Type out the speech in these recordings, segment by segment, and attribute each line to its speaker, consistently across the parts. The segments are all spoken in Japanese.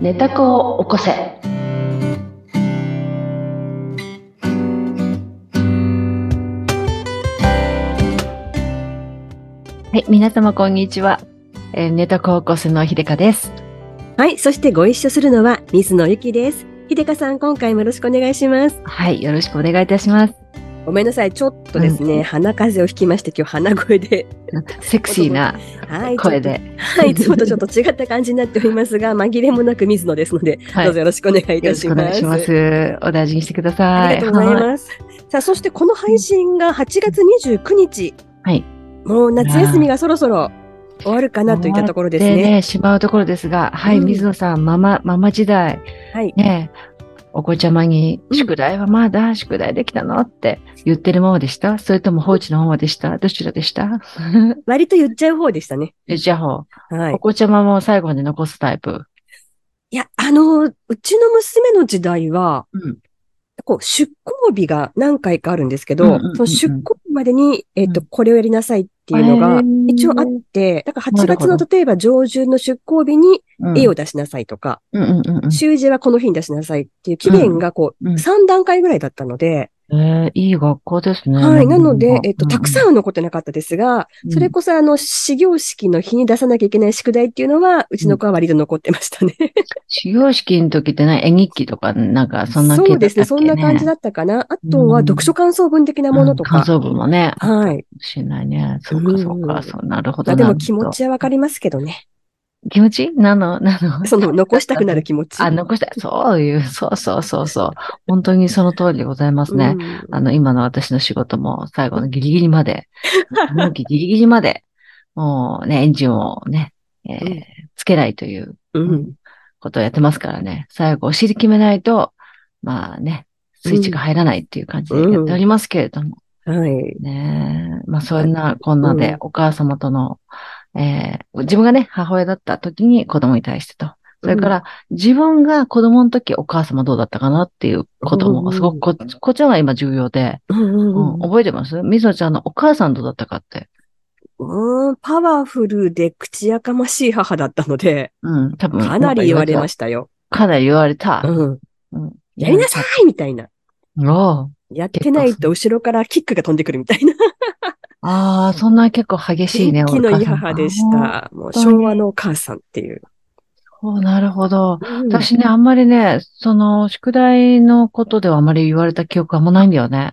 Speaker 1: 寝た子を起こせ。はい、皆様こんにちは。えー、ネタ高校生の秀香です。
Speaker 2: はい、そしてご一緒するのは水野ゆきです。秀香さん、今回もよろしくお願いします。
Speaker 1: はい、よろしくお願いいたします。
Speaker 2: ごめんなさい、ちょっとですね、
Speaker 1: うん
Speaker 2: 鼻風邪をひきまして、今日鼻声で、
Speaker 1: セクシーな
Speaker 2: はい、
Speaker 1: 声
Speaker 2: ちょっ
Speaker 1: で。
Speaker 2: と、はい、いつもとちょっと違った感じになっております が、紛れもなく水野ですので、
Speaker 1: はい
Speaker 2: どうぞよろしくお願いい
Speaker 1: よ
Speaker 2: た
Speaker 1: ろし
Speaker 2: し
Speaker 1: くお
Speaker 2: ます。
Speaker 1: 願いします。お大事にしてくださ
Speaker 2: あ
Speaker 1: い。
Speaker 2: りがとうござい
Speaker 1: は
Speaker 2: ます。さあ、そしてこの配信が8月29日。
Speaker 1: はい。
Speaker 2: もう夏休みがそろそろ終わるかなといったところです
Speaker 1: で
Speaker 2: ね。
Speaker 1: ね、しまうところですが、はい、
Speaker 2: うん
Speaker 1: 水野さん、ママ、ママ時代、
Speaker 2: はい。
Speaker 1: ね、お子ちゃまに、
Speaker 2: うん
Speaker 1: 宿題はまだ宿題できたのって言ってるままでしたそれとも放置のままでしたどちらでした
Speaker 2: 割と言っちゃう方でしたね。
Speaker 1: えじゃあ、
Speaker 2: はい
Speaker 1: お。子ちゃまも最後まで残すタイプ。
Speaker 2: いや、あの、うちの娘の時代は、
Speaker 1: うん
Speaker 2: こう、出校日が何回かあるんですけど、
Speaker 1: うんうんうんうん
Speaker 2: その出校日までに、えっ、と、
Speaker 1: うん
Speaker 2: これをやりなさいっていうの
Speaker 1: へ
Speaker 2: が
Speaker 1: ー、
Speaker 2: 一応あって、だから
Speaker 1: な
Speaker 2: 8
Speaker 1: るほ
Speaker 2: 月
Speaker 1: ど
Speaker 2: の例えば上旬の出校日に
Speaker 1: うん
Speaker 2: 絵を出しなさいとか、
Speaker 1: うんうんうんうん
Speaker 2: 習字はこの日に出しなさいっていう期限がこう、
Speaker 1: うんうん
Speaker 2: 3段階ぐらいだったので、
Speaker 1: えーいい学校ですね。
Speaker 2: はい。なので、えっと、たくさ
Speaker 1: ん
Speaker 2: んは残ってなかったですが、
Speaker 1: うん
Speaker 2: それこそあの、始業式の日に出さなきゃいけない宿題っていうのは、うちの子は割と残ってましたね。
Speaker 1: 始業式の時ってね、絵日記とか、なんか、そんな系だったっけ、ね、
Speaker 2: そうですね。そんな感じだったかな。あとは
Speaker 1: うん
Speaker 2: 読書感想文的なものと
Speaker 1: うん
Speaker 2: か。
Speaker 1: 感想文もね、あったか
Speaker 2: はい。
Speaker 1: もしれないね。そうか、そう
Speaker 2: う
Speaker 1: か、
Speaker 2: ん
Speaker 1: そう、なるほ
Speaker 2: ま
Speaker 1: ど。
Speaker 2: あで
Speaker 1: なるほど
Speaker 2: も気持。ちはわかりますけどね。
Speaker 1: 気持ちなの、なの。
Speaker 2: その残したくなる気持ち。
Speaker 1: あ、残したい。そういう、そうそうそうそう。本当にその通りでございますね。
Speaker 2: うん
Speaker 1: あの、今の私の仕事も最後のギリギリまで、納期ギリギリまで、もうね、エンジンをね、えー
Speaker 2: うん
Speaker 1: つけないという
Speaker 2: うん。
Speaker 1: ことをやってますからね。最後、お尻決めないと、まあね、スイッチが入らないっていう感じでやっておりますけれども。
Speaker 2: はい。
Speaker 1: ねえまあそんなこんな
Speaker 2: う
Speaker 1: で
Speaker 2: ん、
Speaker 1: お母様との、えー自分がね、母親だった時に子供に対してと。それから、自分が子供の時お母様どうだったかなっていうこと
Speaker 2: うんう
Speaker 1: も、
Speaker 2: ん
Speaker 1: すごくこ、こっちの方が今重要で、
Speaker 2: うんうん
Speaker 1: う
Speaker 2: うん
Speaker 1: ん覚えてますみぞちゃんのお母さんどうだったかって。
Speaker 2: うーん。パワフルで口やかましい母だったので、
Speaker 1: うん、多分。
Speaker 2: かなり言われま
Speaker 1: し
Speaker 2: したよ。
Speaker 1: た。かなり言われた。
Speaker 2: うん。
Speaker 1: うん
Speaker 2: やりなさいみたいな。
Speaker 1: おう
Speaker 2: やってないと後ろからキックが飛んでくるみたいな。
Speaker 1: ああ、そんな結構激しいね、
Speaker 2: 元気のいい母でし
Speaker 1: お母さん。
Speaker 2: た。もう昭和のお母さんっていう。
Speaker 1: そう、なるほど。
Speaker 2: うん
Speaker 1: 私ね、あんまりね、その、宿題のことではあまり言われた記憶はもうないんだよね。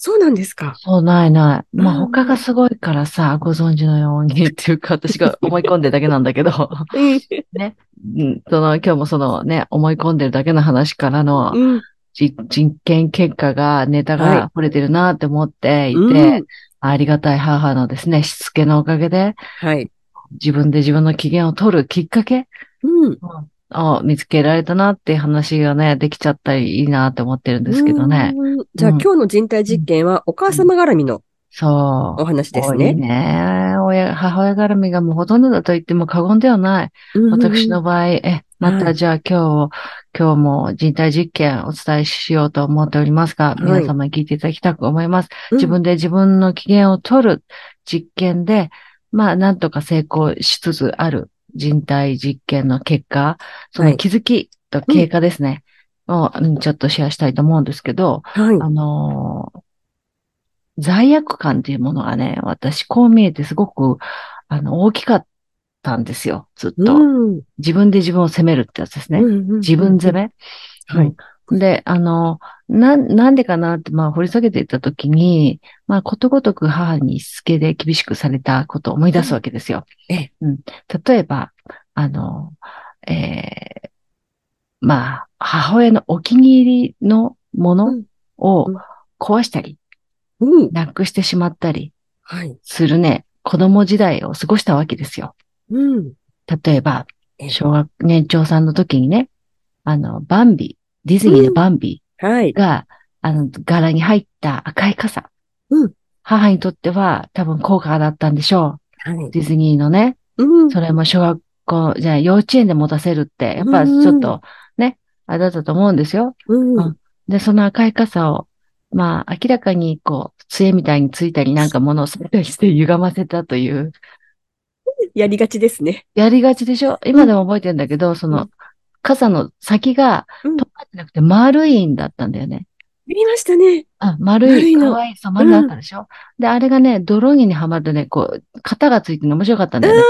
Speaker 2: そうなんですか。
Speaker 1: そう、ないない。まあ、
Speaker 2: うん
Speaker 1: 他がすごいからさ、ご存知のようにっていうか、私が思い込んでるだけなんだけ ど、
Speaker 2: うん。
Speaker 1: うんその、今日もそのね、思い込んでるだけの話からの、
Speaker 2: うん。
Speaker 1: じ人権結果が、ネタ
Speaker 2: はい
Speaker 1: が溢れてるなって思っていて、
Speaker 2: うん
Speaker 1: ありがたい母のですね、しつけのおかげで、
Speaker 2: はい。
Speaker 1: 自分で自分の機嫌を取るきっかけ
Speaker 2: うん。
Speaker 1: を見つけられたなっていう話がね、できちゃったりいいなって思ってるんですけどね。
Speaker 2: うーん。じゃあ、
Speaker 1: うん
Speaker 2: 今日の人体実験はお母様絡みの
Speaker 1: そう
Speaker 2: お。話です
Speaker 1: 多い
Speaker 2: ね。
Speaker 1: ね。親、母親絡みがもうほとんどだと言っても過言ではない。私の場合、え、ま
Speaker 2: は
Speaker 1: た
Speaker 2: い
Speaker 1: じゃあ今日、今日も人体実験お伝えしようと思っておりますが、
Speaker 2: い
Speaker 1: 皆様に聞いていただきたく思います。
Speaker 2: うん
Speaker 1: 自分で自分の機嫌を取る実験で、まあ、なんとか成功しつつある人体実験の結果、そ
Speaker 2: は
Speaker 1: の
Speaker 2: い
Speaker 1: 気づきと経過ですね、をうんちょっとシェアしたいと思うんですけど、
Speaker 2: はい。
Speaker 1: あのー罪悪感っていうものがね、私こう見えてすごく、あの、大きかったんですよ、ずっと。
Speaker 2: うん
Speaker 1: 自分で自分を責めるってやつですね。自分責。め。
Speaker 2: うんはい
Speaker 1: うんで、あの、なん、なんでかなって、まあ、掘り下げていったときに、まあ、ことごとく母にしつけで厳しくされたことを思い出すわけですよ。
Speaker 2: ええ
Speaker 1: うん。例えば、あの、ええまあ、母親のお気に入りのも
Speaker 2: う
Speaker 1: の
Speaker 2: ん
Speaker 1: を
Speaker 2: うん
Speaker 1: 壊したり、
Speaker 2: うん。
Speaker 1: なくしてしまったり
Speaker 2: はい。
Speaker 1: するね、子供時代を過ごしたわけですよ。
Speaker 2: うん。
Speaker 1: 例えば、
Speaker 2: え
Speaker 1: 小学年長さんの時にね、あの、バンビ、ディズニーのバンビ
Speaker 2: はい。
Speaker 1: が、あの、柄に入った赤い傘。
Speaker 2: うん
Speaker 1: 母にとっては多分高価だったんでしょ
Speaker 2: は
Speaker 1: う。
Speaker 2: い。
Speaker 1: ディズニーのね、
Speaker 2: うん。
Speaker 1: それも小学校、じゃあ幼稚園で持たせるって、やっぱちょっとね、あれだったと思うんですよ。
Speaker 2: うん。
Speaker 1: うんで、その赤い傘を、まあ、明らかに、こう、杖みたいについたりなんか物をされたりして歪ませたという、
Speaker 2: やりがちですね。
Speaker 1: やりがちでしょ今でも覚えてんだけど、その、傘の先が、
Speaker 2: うん
Speaker 1: 尖ってなくて丸いんだったんだよね。
Speaker 2: 見ましたね。
Speaker 1: あ、丸
Speaker 2: 丸
Speaker 1: い、
Speaker 2: いの
Speaker 1: かわいい、そう、丸だったでしょ、で、あれがね、泥にはまるとね、こう、型がついてるの面白かったんだよね。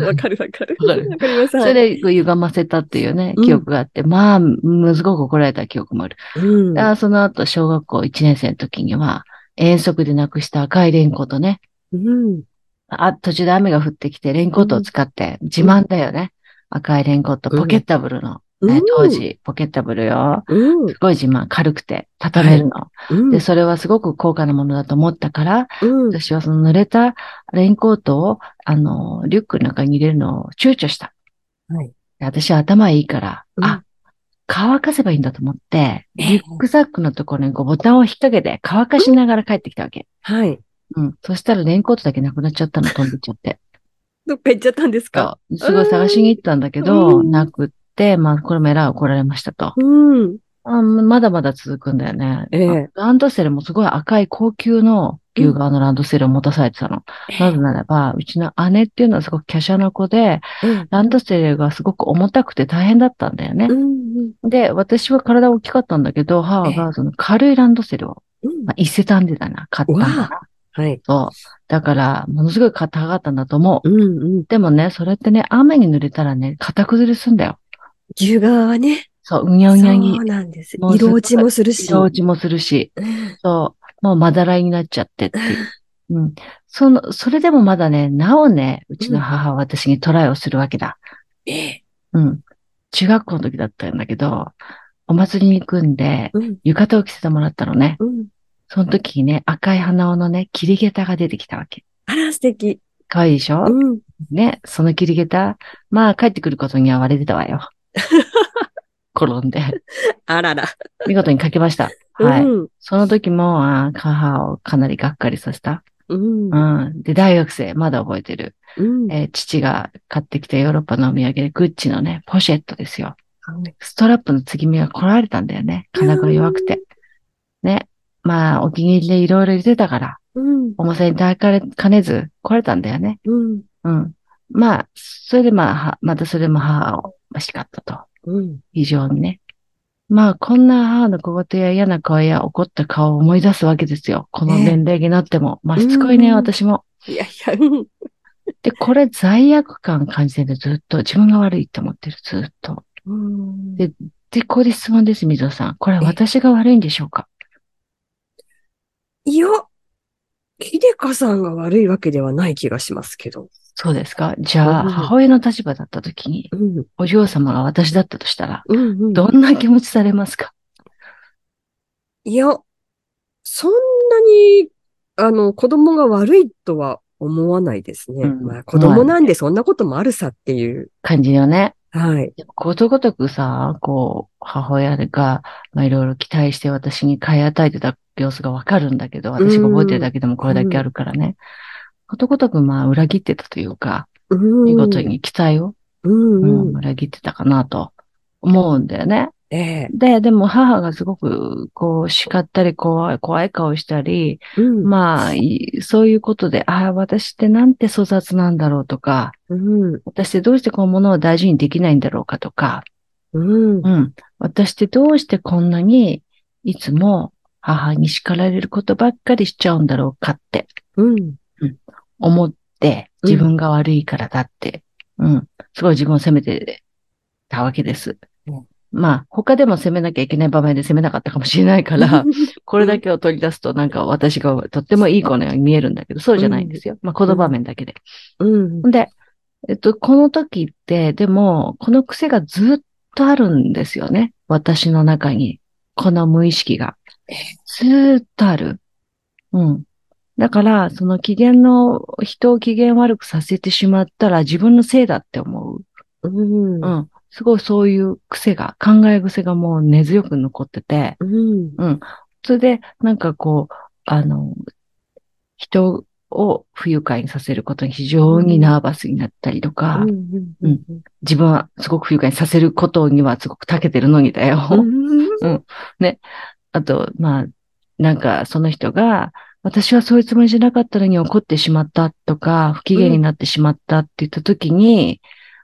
Speaker 2: あー わかるわかる。
Speaker 1: わかる
Speaker 2: わかります。
Speaker 1: それでこう歪ませたっていうね
Speaker 2: う、ん
Speaker 1: 記憶があって、まあ、むすごく怒られた記憶もある。
Speaker 2: うん
Speaker 1: あその後、小学校1年生の時には、遠足でなくした赤いレインコートね。
Speaker 2: うん。
Speaker 1: あ、途中で雨が降ってきて、レインコートを使って、自慢だよね。赤いレインコート、
Speaker 2: うん
Speaker 1: ポケッタブルの。
Speaker 2: う
Speaker 1: ね
Speaker 2: ん
Speaker 1: 当。時、ポケッタブルよ。
Speaker 2: うん。
Speaker 1: すごい自慢、軽くて、畳めるの。
Speaker 2: うん
Speaker 1: で、それはすごく高価なものだと思ったから、
Speaker 2: うん。
Speaker 1: 私はその濡れたレインコートを、あの、リュックの中に入れるのを躊躇した。
Speaker 2: はい
Speaker 1: で私は頭いいから、
Speaker 2: うん
Speaker 1: あ、乾かせばいいんだと思って、
Speaker 2: ええ
Speaker 1: リュックサックのところにこうボタンを引っ掛けて乾かしながら帰ってきたわけ。
Speaker 2: はい。
Speaker 1: うん。そしたらレインコートだけなくなっちゃったの、飛んでっちゃ って。
Speaker 2: どっか行っちゃったんですか
Speaker 1: そうすごい探しに行ったんだけど、
Speaker 2: うん
Speaker 1: なくって、まあ、これもえらい怒られましたと。
Speaker 2: うん。
Speaker 1: あまだまだ続くんだよね。
Speaker 2: ええ
Speaker 1: あランドセルもすごい赤い高級の牛革のランドセルを持たされてたの。なぜならば、うちの姉っていうのはすごく華奢な子で、
Speaker 2: うん
Speaker 1: ランドセルがすごく重たくて大変だったんだよね
Speaker 2: う。ん。
Speaker 1: で、私は体大きかったんだけど、母がその軽いランドセルを、
Speaker 2: うん
Speaker 1: まあ、伊勢丹でだな、買ったんだ
Speaker 2: うわ
Speaker 1: な。
Speaker 2: はい。
Speaker 1: そう。だから、ものすごい硬かったんだと思う。
Speaker 2: うんうん。
Speaker 1: でもね、それってね、雨に濡れたらね、型崩れすんだよ。
Speaker 2: 牛側はね。
Speaker 1: そう、うにゃ
Speaker 2: そう
Speaker 1: にゃに、
Speaker 2: なんです。
Speaker 1: もうずっ
Speaker 2: 色
Speaker 1: と
Speaker 2: 落ちもするし。
Speaker 1: 色落ちもするし。そう。もうまだらいになっちゃって っていう。うん。その、それでもまだね、なおね、うちの母は私にトライをするわけだ。
Speaker 2: ええ。
Speaker 1: うん。中学校の時だったんだけど、お祭りに行くんで、
Speaker 2: うん。
Speaker 1: 浴衣を着せてもらったのね。
Speaker 2: うん。
Speaker 1: その時にね、赤い鼻緒のね、切り下駄が出てきたわけ。
Speaker 2: あら、素敵。
Speaker 1: かわいいでしょ、
Speaker 2: うん。
Speaker 1: ね、その切り下駄。まあ、帰ってくることには割れてたわ よ。転んで。
Speaker 2: あらら。
Speaker 1: 見事にかけました。はい。
Speaker 2: うん。
Speaker 1: その時も、あー母をかなりがっかりさせた。
Speaker 2: うん。
Speaker 1: うん。で、大学生、まだ覚えてる。
Speaker 2: うん。
Speaker 1: えー父が買ってきたヨーロッパのお土産で、グッチのね、ポシェットですよ。
Speaker 2: はい
Speaker 1: ストラップの継ぎ目が来られたんだよね。金具が弱くて。ね。まあ、お気に入りでいろいろ入れてたから、
Speaker 2: うん。
Speaker 1: 重さに耐えかれ、かねず、来れたんだよね。
Speaker 2: うん。
Speaker 1: うん。まあ、それでまあ、はまたそれも母を叱ったと。
Speaker 2: うん。
Speaker 1: 非常にね。まあ、こんな母の小言や嫌な顔や怒った顔を思い出すわけですよ。この
Speaker 2: ええ
Speaker 1: 年齢になっても。まあ、しつこいね、
Speaker 2: うん
Speaker 1: 私も。
Speaker 2: いやいや、うん。
Speaker 1: で、これ罪悪感感じてるずっと。自分が悪いって思ってる、ずっと。
Speaker 2: うん
Speaker 1: でで、ここで質問です、水野さん。これ私が悪いんでしょうか
Speaker 2: いや、ひでかさんが悪いわけではない気がしますけど。
Speaker 1: そうですかじゃ
Speaker 2: う
Speaker 1: あ、
Speaker 2: ん
Speaker 1: 母親の立場だった時に、
Speaker 2: うん。
Speaker 1: お嬢様が私だったとしたら、
Speaker 2: うん、うん。
Speaker 1: どんな気持ちされますか
Speaker 2: いや、そんなに、あの、子供が悪いとは思わないですね。
Speaker 1: うん
Speaker 2: まあ、子供なんでそんなこともあるさっていう。
Speaker 1: 感じよね。
Speaker 2: はい。
Speaker 1: でもことごとくさ、こう、母親が、まあ、いろいろ期待して私に買い与えてた様子がわかるんだけど、私が覚えてるだけでもこれだけあるからね。ことごとく、まあ、裏切ってたというか、
Speaker 2: うん。
Speaker 1: 見事。に期待を、
Speaker 2: うん、
Speaker 1: う
Speaker 2: うんん。
Speaker 1: 裏切ってたかなと思うんだよね。
Speaker 2: ええ。
Speaker 1: で、でも母がすごく、こう、叱ったり、怖い、怖い顔したり、
Speaker 2: うん。
Speaker 1: まあ、いそういうことで、ああ、私ってなんて粗雑なんだろうとか、
Speaker 2: うん。
Speaker 1: 私ってどうしてこのものを大事にできないんだろうかとか、
Speaker 2: うん。
Speaker 1: うん。私ってどうしてこんなに、いつも母に叱られることばっかりしちゃうんだろうかって
Speaker 2: うん。
Speaker 1: 思って、
Speaker 2: うん
Speaker 1: 自分が悪いからだって、うん、すごい自分を責めてたわけです。
Speaker 2: うん
Speaker 1: まあ、他でも責めなきゃいけない場面で責めなかったかもしれないから、これだけを取り出すとなんか私がとってもいい子のように見えるんだけど、そうじゃないんですよ。まあ、この場面だけで。
Speaker 2: うん。
Speaker 1: で、えっと、この時って、でも、この癖がずっとあるんですよね。私の中に。この無意識が。ずーっとある。うん。だから、その機嫌の、人を機嫌悪くさせてしまったら自分のせいだって思う。
Speaker 2: うん。
Speaker 1: う。ん。すごいそういう癖が、考え癖がもう根強く残ってて、
Speaker 2: うん。
Speaker 1: それで、なんかこう、あの、人を不愉快にさせることに非常にナーバスになったりとか、
Speaker 2: うん。うん。
Speaker 1: 自分はすごく不愉快にさせることにはすごく長けてるのにだよ。あと、まあ、なんかその人が、私はそういうつもりじゃなかったのに怒ってしまったとか、不機嫌になってしまったって言った時に、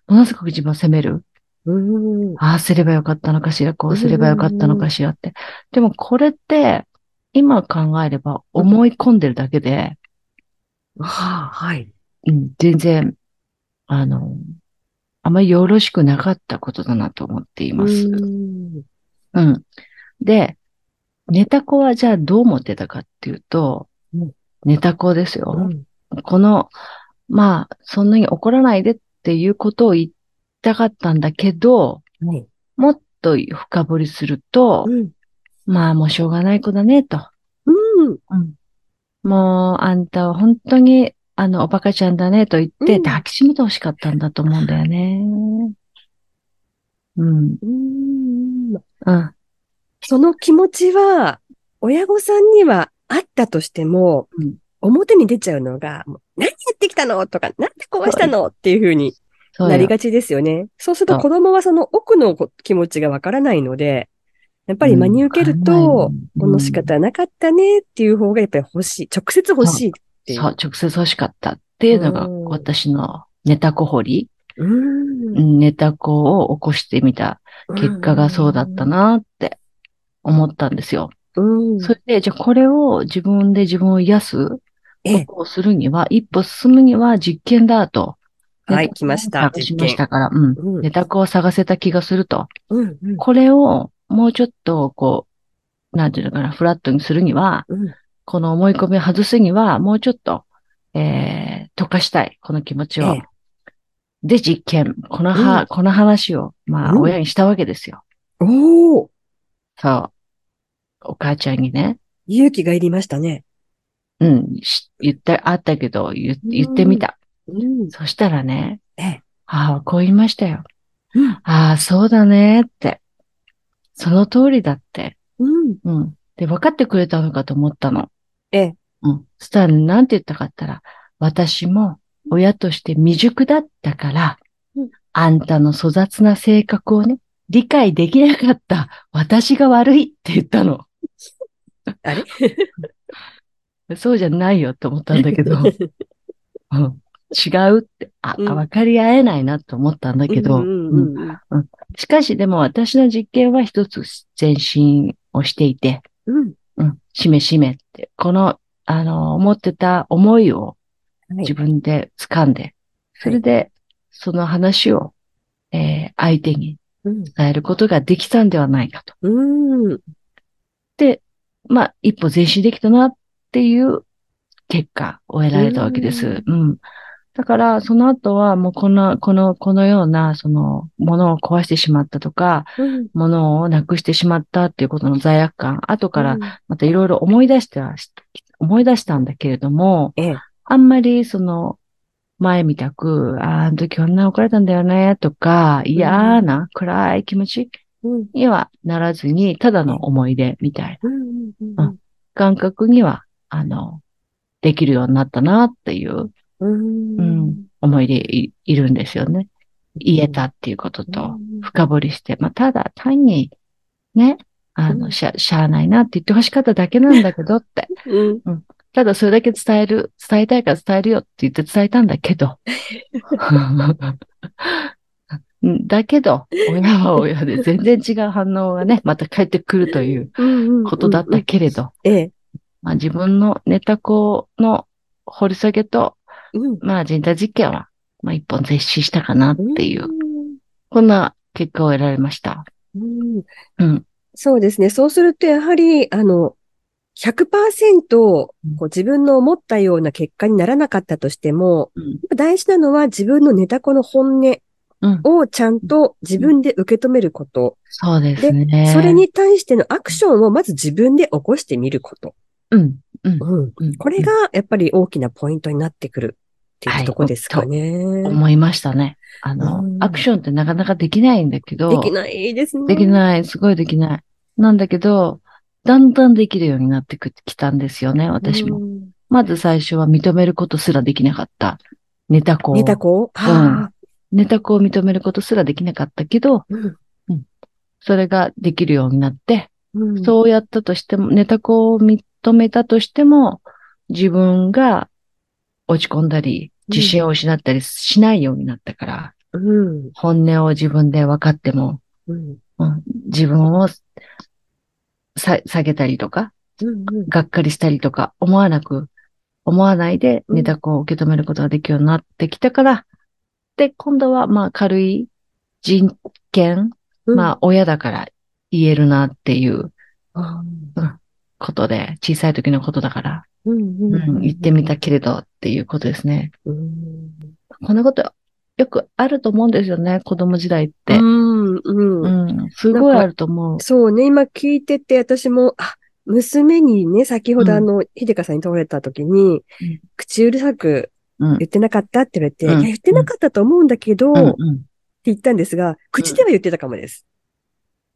Speaker 1: ものすごく自分を責める。
Speaker 2: うん。
Speaker 1: ああすればよかったのかしら、こうすればよかったのかしらって。でもこれって、今考えれば思い込んでるだけで、
Speaker 2: はあ、はい。
Speaker 1: うん、全然、あの、あまりよろしくなかったことだなと思っています。
Speaker 2: うん
Speaker 1: うん。で、ネタ子はじゃあどう思ってたかっていうと
Speaker 2: うん、
Speaker 1: ネタ子ですよ。
Speaker 2: うん
Speaker 1: この、まあ、そんなに怒らないでっていうことを言いたかったんだけど、
Speaker 2: はい
Speaker 1: もっと深掘りすると、
Speaker 2: うん。
Speaker 1: まあもうしょうがない子だね、と。
Speaker 2: うん。
Speaker 1: もうあんたは本当に、あの、おバカちゃんだね、と言って、
Speaker 2: うん
Speaker 1: 抱きしめてほしかったんだと思うんだよね。うん、
Speaker 2: うん。
Speaker 1: うん、
Speaker 2: その気持ちは、親御さんにはあったとしても、
Speaker 1: うん
Speaker 2: 表に出ちゃうのが、もう何やってきたのとか、なんで壊したのっていうふうに
Speaker 1: そう
Speaker 2: なり
Speaker 1: よ。
Speaker 2: がちですよね。そうすると
Speaker 1: そう
Speaker 2: 子供はその奥のこ気持ちがわからないので、やっぱり真に受けると、
Speaker 1: うん、
Speaker 2: この仕方なかったねっていう方がやっぱり欲しい。直接欲しいっていう。
Speaker 1: そう、直接欲しかったっていうのが、
Speaker 2: うん
Speaker 1: 私のネタ子掘り、
Speaker 2: うん
Speaker 1: うんネタ子を起こしてみた結果がそうだった。なって思ったんですよ。
Speaker 2: うん。
Speaker 1: それで、じゃあこれを自分で自分を癒すこ
Speaker 2: ええ、
Speaker 1: とをするには、一歩進むには実験だと。
Speaker 2: は
Speaker 1: ネタ
Speaker 2: い
Speaker 1: 子を
Speaker 2: 来ました
Speaker 1: 探しましたから、うん。
Speaker 2: うん。
Speaker 1: ネタ子を探せた気がすると。
Speaker 2: うん。うん
Speaker 1: これをもうちょっと、こう、なんていうのかな、フラットにするには、
Speaker 2: うん
Speaker 1: この思い込みを外すには、もうちょっと、えー、溶かしたい、この気持ちを。
Speaker 2: ええ
Speaker 1: で、実験。このは、
Speaker 2: うん
Speaker 1: この話を、まあ、
Speaker 2: うん
Speaker 1: 親にしたわけですよ。
Speaker 2: おお
Speaker 1: そう。お母ちゃんにね。
Speaker 2: 勇気がいりましたね。
Speaker 1: うん、し言って、あったけど、言言ってみた。
Speaker 2: うん。
Speaker 1: そしたらね、
Speaker 2: ええ。
Speaker 1: ああ、こう言いましたよ。
Speaker 2: うん
Speaker 1: ああ、そうだねって。その通りだって。
Speaker 2: うん。
Speaker 1: うん。で、分かってくれたのかと思ったの。
Speaker 2: ええ。
Speaker 1: うん。そしたら、なんて言ったかったら、私も親として未熟だったから
Speaker 2: うん、
Speaker 1: あんたの粗雑な性格をね、理解できなかった私が悪いって言ったの。
Speaker 2: あれ
Speaker 1: そうじゃないよって思ったんだけど、うん 違うって、あ、
Speaker 2: うん
Speaker 1: 分かり合えないなと思ったんだけど、
Speaker 2: うんうんうん
Speaker 1: しかしでも私の実験は一つ前進をしていて、
Speaker 2: うん。
Speaker 1: うん、しめしめって、この、あの、思ってた思いを
Speaker 2: はい
Speaker 1: 自分で掴んで、それで、その話を、えー相手に
Speaker 2: うん。
Speaker 1: 伝えることができたんではないかと。
Speaker 2: うん。
Speaker 1: で、まあ、一歩前進できたなっていう結果を得られたわけです。うん。だから、その後は、もうこの、この、このような、その、ものを壊してしまったとか、
Speaker 2: うん。
Speaker 1: ものをなくしてしまったっていうことの罪悪感、後か
Speaker 2: う
Speaker 1: ら
Speaker 2: ん、
Speaker 1: またいろいろ思い出してはし、思い出したんだけれども、
Speaker 2: ええ。
Speaker 1: あんまり、その、前みたく、あーあの時こんな怒られたんだよね、とか、嫌な暗い気持ち
Speaker 2: うん。
Speaker 1: にはならずに、ただの思い出みたいな
Speaker 2: うん。
Speaker 1: 感覚には、あの、できるようになったな、っていう
Speaker 2: うん。
Speaker 1: うん思いでいいるんですよね。言えたっていうことと、深掘りして、まあ、ただ単に、ね、あ
Speaker 2: う
Speaker 1: の、
Speaker 2: ん
Speaker 1: しゃ、しゃあないなって言ってほしかっただけなんだけどって、
Speaker 2: うん。
Speaker 1: ただそれだけ伝える、伝えたいから伝えるよって言って伝えたんだけ ど。うんだけど、親は親で全然違う反応がね、また返ってくるという
Speaker 2: うん。
Speaker 1: ことだった。けれど、
Speaker 2: ええ。
Speaker 1: まあ、自分のネタ子の掘り下げと、
Speaker 2: うん。
Speaker 1: まあ人体実験は、まあ一本絶死したかなっていう、。こんな結果を得られました。
Speaker 2: うん。
Speaker 1: うん。
Speaker 2: そうですね。そうすると、やはり、あの、100%こう自分の思ったような結果にならなかったとしても、
Speaker 1: うん。
Speaker 2: 大事なのは自分のネタ子の本音
Speaker 1: うん。
Speaker 2: をちゃんと自分で受け止めること。
Speaker 1: そうですね。
Speaker 2: それ、に対してのアクションをまず自分で起こしてみること。
Speaker 1: うん。うん。
Speaker 2: うん。
Speaker 1: うん
Speaker 2: これが、やっぱり大きなポイントになってくるって
Speaker 1: は
Speaker 2: いう
Speaker 1: い
Speaker 2: とこですかね。
Speaker 1: 思いましたね。あの、
Speaker 2: うん
Speaker 1: アクションってなかなかできないんだけど、
Speaker 2: できないですね。
Speaker 1: できない、すごいできない。なんだけど、だんだんできるようになってくきたんですよね、私も。
Speaker 2: うん。
Speaker 1: まず最初は認めることすらできなかった。ネタ子を。
Speaker 2: ネタ子はあ、
Speaker 1: ネタ子を認めることすらできなかったけど、
Speaker 2: うん
Speaker 1: それができるようになって、
Speaker 2: うん
Speaker 1: そうやったとしても、ネタ子を認めたとしても、自分が落ち込んだり、自信を失ったりしないようになったから、
Speaker 2: うん。
Speaker 1: 本音を自分で分かっても、
Speaker 2: うん。
Speaker 1: うん自分をさ下げたりとか、
Speaker 2: うん。うん
Speaker 1: がっかりしたりとか思わなく、思わないでネタを受け止めることができるようになってきたから、で、今度はまあ軽い人権、
Speaker 2: うん。
Speaker 1: まあ親だから言えるなっていう
Speaker 2: あー。
Speaker 1: ことで、小さい時のことだから、
Speaker 2: うん。
Speaker 1: う、
Speaker 2: うんん。
Speaker 1: 言ってみたけれどっていうことですね。
Speaker 2: うん。
Speaker 1: こんなことよくあると思うんですよね、子供時代って。
Speaker 2: うん。うん。
Speaker 1: うん、すごいあると思う。
Speaker 2: そうね、今聞いてて、私も、あ、娘にね、先ほどあの、ひでかさんに倒れた時に、
Speaker 1: うん
Speaker 2: 口うるさく
Speaker 1: うん。
Speaker 2: 言ってなかったって言われて、
Speaker 1: うん
Speaker 2: いや、言ってなかったと思うんだけど、
Speaker 1: う
Speaker 2: って
Speaker 1: ん
Speaker 2: 言ったんですが、口では言ってたかもです。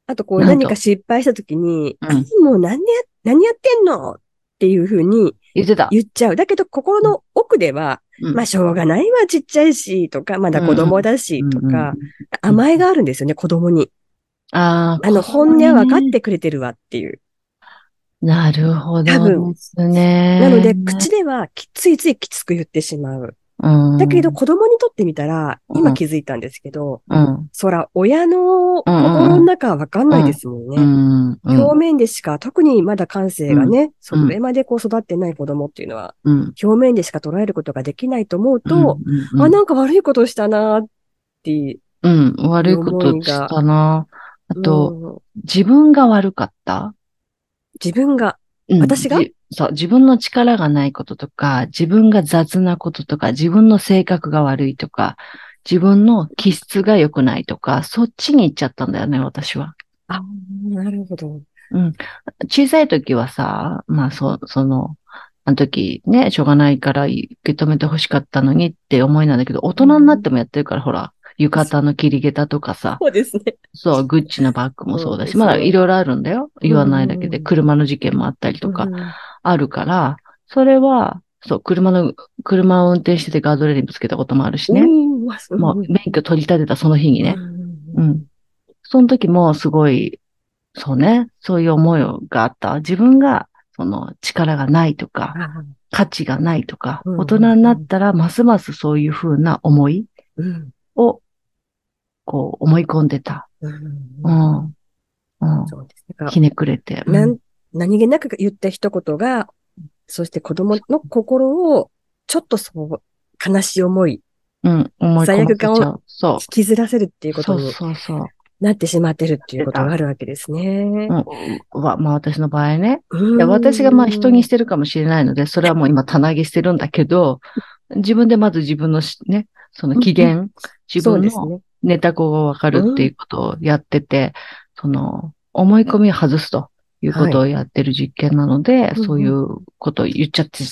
Speaker 2: あと、こう、
Speaker 1: なんと
Speaker 2: 何か失敗した時に、
Speaker 1: うん
Speaker 2: あもう何や、何やってんのっていうふうに
Speaker 1: 言ってた。
Speaker 2: 言っちゃう。だけど、心の奥では、
Speaker 1: うん
Speaker 2: まあ、しょうがないわ、ちっちゃいし、とか、まだ子供だし、とか、甘えがあるんですよね、子供に。
Speaker 1: ああ、
Speaker 2: あの、本音は分か
Speaker 1: こ
Speaker 2: っ
Speaker 1: こね
Speaker 2: てくれてるわっていう。
Speaker 1: なるほど
Speaker 2: 多分
Speaker 1: ですね。
Speaker 2: なので、口ではきついついきつく言ってしまう。
Speaker 1: うん、
Speaker 2: だけど、子供にとってみたら、
Speaker 1: うん
Speaker 2: 今気づいたんですけど、
Speaker 1: うん、
Speaker 2: そら、親の
Speaker 1: うんうんうん
Speaker 2: 心の中はわかんないですもん
Speaker 1: う
Speaker 2: ね。
Speaker 1: ん、うん、
Speaker 2: 表面でしか、特にまだ感性がね、それまでこう育ってない子供っていうのは、
Speaker 1: うん、
Speaker 2: 表面でしか捉えることができないと思う
Speaker 1: うん
Speaker 2: と、、
Speaker 1: うん
Speaker 2: あ、なんか悪いことしたなーって、
Speaker 1: うん、悪いことしたな。あと、
Speaker 2: うん
Speaker 1: 自分が悪かった、
Speaker 2: 自分が、
Speaker 1: うん
Speaker 2: 私が
Speaker 1: じそう、自分の力がないこととか、自分が雑なこととか、自分の性格が悪いとか、自分の気質が良くないとか、そっちに行っちゃったんだよね、私は。
Speaker 2: あ、なるほど。
Speaker 1: 小さい時はさ、まあそ、その、あの時ね、しょうがないから受け止めて欲しかったのにって思いなんだけど、大人になってもやってるから、ほら、浴衣の切り下駄とかさ、
Speaker 2: そうですね。
Speaker 1: そう、グッチのバッグもそうだし、
Speaker 2: うん
Speaker 1: まだいろいろあるんだよ。言わないだけ
Speaker 2: う
Speaker 1: で、
Speaker 2: ん
Speaker 1: 車の事件もあったりと
Speaker 2: う
Speaker 1: か
Speaker 2: ん、
Speaker 1: あるから、それは、そう、車の、車を運転しててガードレールにぶつけたこともあるしね。
Speaker 2: うんうわすごい
Speaker 1: もう免許取り立てたその日にね。
Speaker 2: うん
Speaker 1: うん。その時もすごい、そうね、そういう思いがあった。自分が、その力がないとか、
Speaker 2: あ
Speaker 1: 価値がないとか、
Speaker 2: うん
Speaker 1: 大人になったらますますそういうふうな思い
Speaker 2: うん
Speaker 1: を、こう思い込んでた。う
Speaker 2: うん
Speaker 1: ん。うん。
Speaker 2: そうですね。だか
Speaker 1: ひねくれて。
Speaker 2: らなん何気なく言った一言が、そして子供の心を、ちょっとそう、悲しい思い、
Speaker 1: うん、うん、思い込ませち
Speaker 2: 罪悪
Speaker 1: ゃ
Speaker 2: 感
Speaker 1: う。そう。
Speaker 2: 引きずらせるっていうこ
Speaker 1: そ
Speaker 2: と
Speaker 1: う
Speaker 2: に
Speaker 1: そうそう。
Speaker 2: なってしまってるっていうことがあるわけですね
Speaker 1: う。ん、わまあ私の場合ね。
Speaker 2: う
Speaker 1: い
Speaker 2: ん
Speaker 1: や私がまあ人にしてるかもしれないので、それはもう今棚上げしてるんだけど、自分でまず自分のしね、その機嫌、自分
Speaker 2: そう
Speaker 1: の
Speaker 2: ですね。
Speaker 1: ネタ子がわかるっていうことをやってて、その思い込みを外すということをやってる実験なので、
Speaker 2: うん
Speaker 1: そういうことを言っちゃって、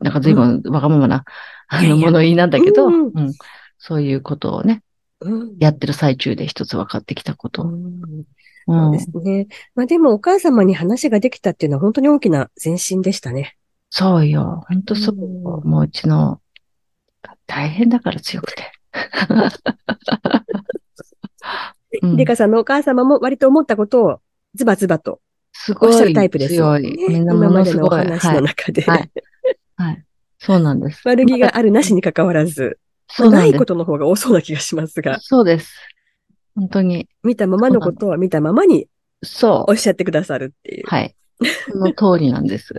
Speaker 1: なんか随分わがままな、あの物言いなんだけど、
Speaker 2: うん
Speaker 1: うんそういうことをね、
Speaker 2: うん
Speaker 1: やってる最中で一つ分かってきたこ
Speaker 2: う
Speaker 1: と。
Speaker 2: ん
Speaker 1: う
Speaker 2: そうんですね。まあでもお母様に話ができたっていうのは本当に大きな前進でしたね。
Speaker 1: そうよ。ほんとそう。
Speaker 2: う
Speaker 1: もううちの、大変だから強くて。うん
Speaker 2: でかさんのお母様も割と思ったことをズバズバと
Speaker 1: すご
Speaker 2: おっ
Speaker 1: い
Speaker 2: しゃるタイプですよ
Speaker 1: 強
Speaker 2: ね。
Speaker 1: い。みんな
Speaker 2: 今
Speaker 1: も
Speaker 2: ま
Speaker 1: の
Speaker 2: ですのお
Speaker 1: ごい。
Speaker 2: 話の中で。
Speaker 1: はいはいはい。そうなんです。
Speaker 2: 悪気があるなしに関わらず、
Speaker 1: そう
Speaker 2: な
Speaker 1: なん
Speaker 2: い
Speaker 1: で
Speaker 2: ことの方が多そうな気がしますが
Speaker 1: す。、そうです。本当に。
Speaker 2: 見たままのことは見たままに
Speaker 1: そ
Speaker 2: おっしゃってくださるっていう
Speaker 1: う。。はい。その通りなん です。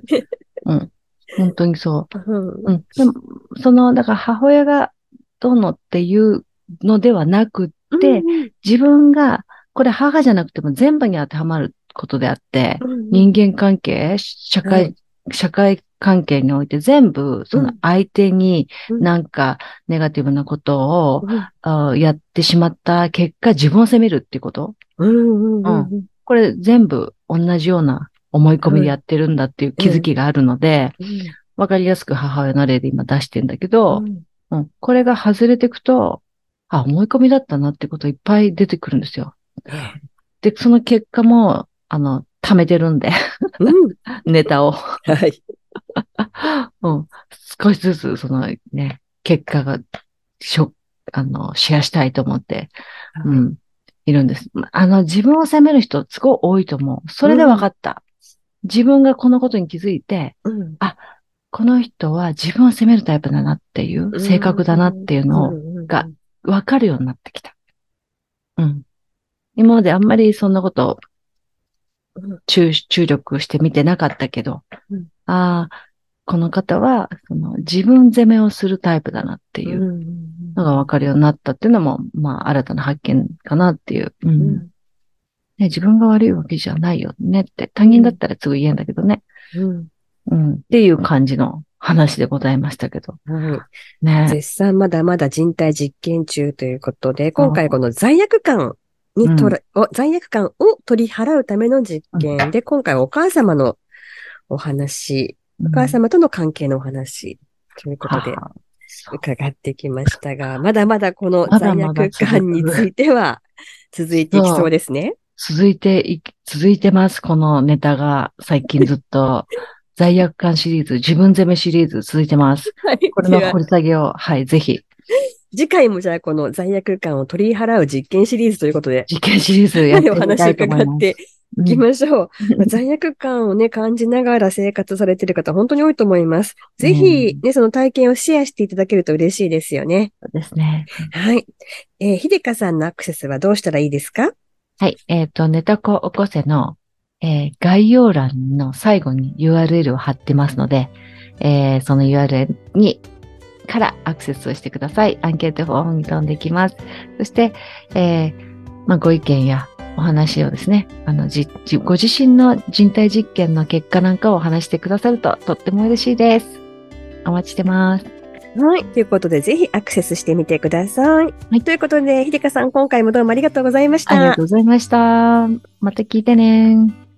Speaker 1: うん。本当にそう。
Speaker 2: う
Speaker 1: う
Speaker 2: ん
Speaker 1: ん。でも、その、だから母親がどうのっていうのではなくって、
Speaker 2: うん
Speaker 1: 自分が、これ母じゃなくても全部に当てはまることであって、人間関係、社会、
Speaker 2: はい
Speaker 1: 社会関係において全部、その相手になんかネガティブなことを、あーやってしまった結果自分を責めるっていうこと
Speaker 2: うんうんうんうん
Speaker 1: これ全部同じような思い込みでやってるんだっていう気づきがあるので、わかりやすく母親の例で今出してんだけど、うんこれが外れていくと、あ、思い込みだったなってこといっぱい出てくるんですよ。で、その結果も、あの、溜めてるんで、
Speaker 2: うん
Speaker 1: ネタを。
Speaker 2: はい。
Speaker 1: うん。少しずつ、そのね、結果が、しょ、あの、シェアしたいと思って、うん、いるんです。あの、自分を責める人、すごい多いと思う。それで分かった。自分がこのことに気づいて、
Speaker 2: うん
Speaker 1: この人は自分を責めるタイプだなっていう、性格だなっていうのを、がわかるようになってきた。うん。今まであんまりそんなこと
Speaker 2: うん
Speaker 1: 注注力して見てなかったけど、
Speaker 2: うん
Speaker 1: ああ、この方はその自分責めをするタイプだなっていう
Speaker 2: うん
Speaker 1: のがわかるようになったっていうのも、まあ新たな発見かなっていう。う
Speaker 2: うんん
Speaker 1: ね、自分が悪いわけじゃないよねって、他人だったらすぐ言えんだけどね。
Speaker 2: うん
Speaker 1: うん。っていう感じの話でございましたけど。
Speaker 2: は
Speaker 1: ね
Speaker 2: い。。絶賛まだまだ人体実験中ということで、今回この罪悪感にとら、を罪悪感を取り払うための実験で、今回はお母様のお話、
Speaker 1: お
Speaker 2: お母様との関係のお話ということで
Speaker 1: はあそう
Speaker 2: 伺ってきましたが、まだまだこの
Speaker 1: まだ
Speaker 2: 罪
Speaker 1: まだ
Speaker 2: 悪感については 続いていきそうですね。
Speaker 1: 続いていき、続いてます、このネタが。最 近ずっと。罪悪感シリーズ、自分責めシリーズ続いてます。
Speaker 2: はい。
Speaker 1: これ
Speaker 2: で
Speaker 1: の
Speaker 2: は
Speaker 1: 掘り下げを、はい、ぜひ、
Speaker 2: 次回もじゃあこの罪悪感を取り払う実験シリーズということで、
Speaker 1: 実験シリーズや
Speaker 2: は
Speaker 1: っ
Speaker 2: い
Speaker 1: て
Speaker 2: お
Speaker 1: み
Speaker 2: 話
Speaker 1: た
Speaker 2: を
Speaker 1: いと思
Speaker 2: 伺
Speaker 1: い
Speaker 2: っ
Speaker 1: ます。
Speaker 2: ていき
Speaker 1: うん
Speaker 2: ましょう。
Speaker 1: うん
Speaker 2: 罪悪感をね、感じながら生活されている方、本当に多いと思います。ぜ
Speaker 1: う
Speaker 2: ひ
Speaker 1: ん、
Speaker 2: ね、その体験をシェアしていただけると嬉しいですよね。
Speaker 1: そうですね。
Speaker 2: はい。えー、ひでかさんのアクセスはどうしたらいいですか
Speaker 1: はい。えっ、と、ネタコ起こせの、えー概要欄の最後に URL を貼ってますので、えーその URL に、からアクセスをしてください。アンケートフォームに飛んできます。そして、えーまあ、ご意見やお話をですね、あの、じ、じご自身の人体実験の結果なんかをお話してくださるととっても嬉しいです。お待ちしてます。
Speaker 2: はい。ということで、ぜひアクセスしてみてください。
Speaker 1: い
Speaker 2: ということで、ひでかさん、今回もどうもありがとうございました。
Speaker 1: ありがとうございました。また聞いてね。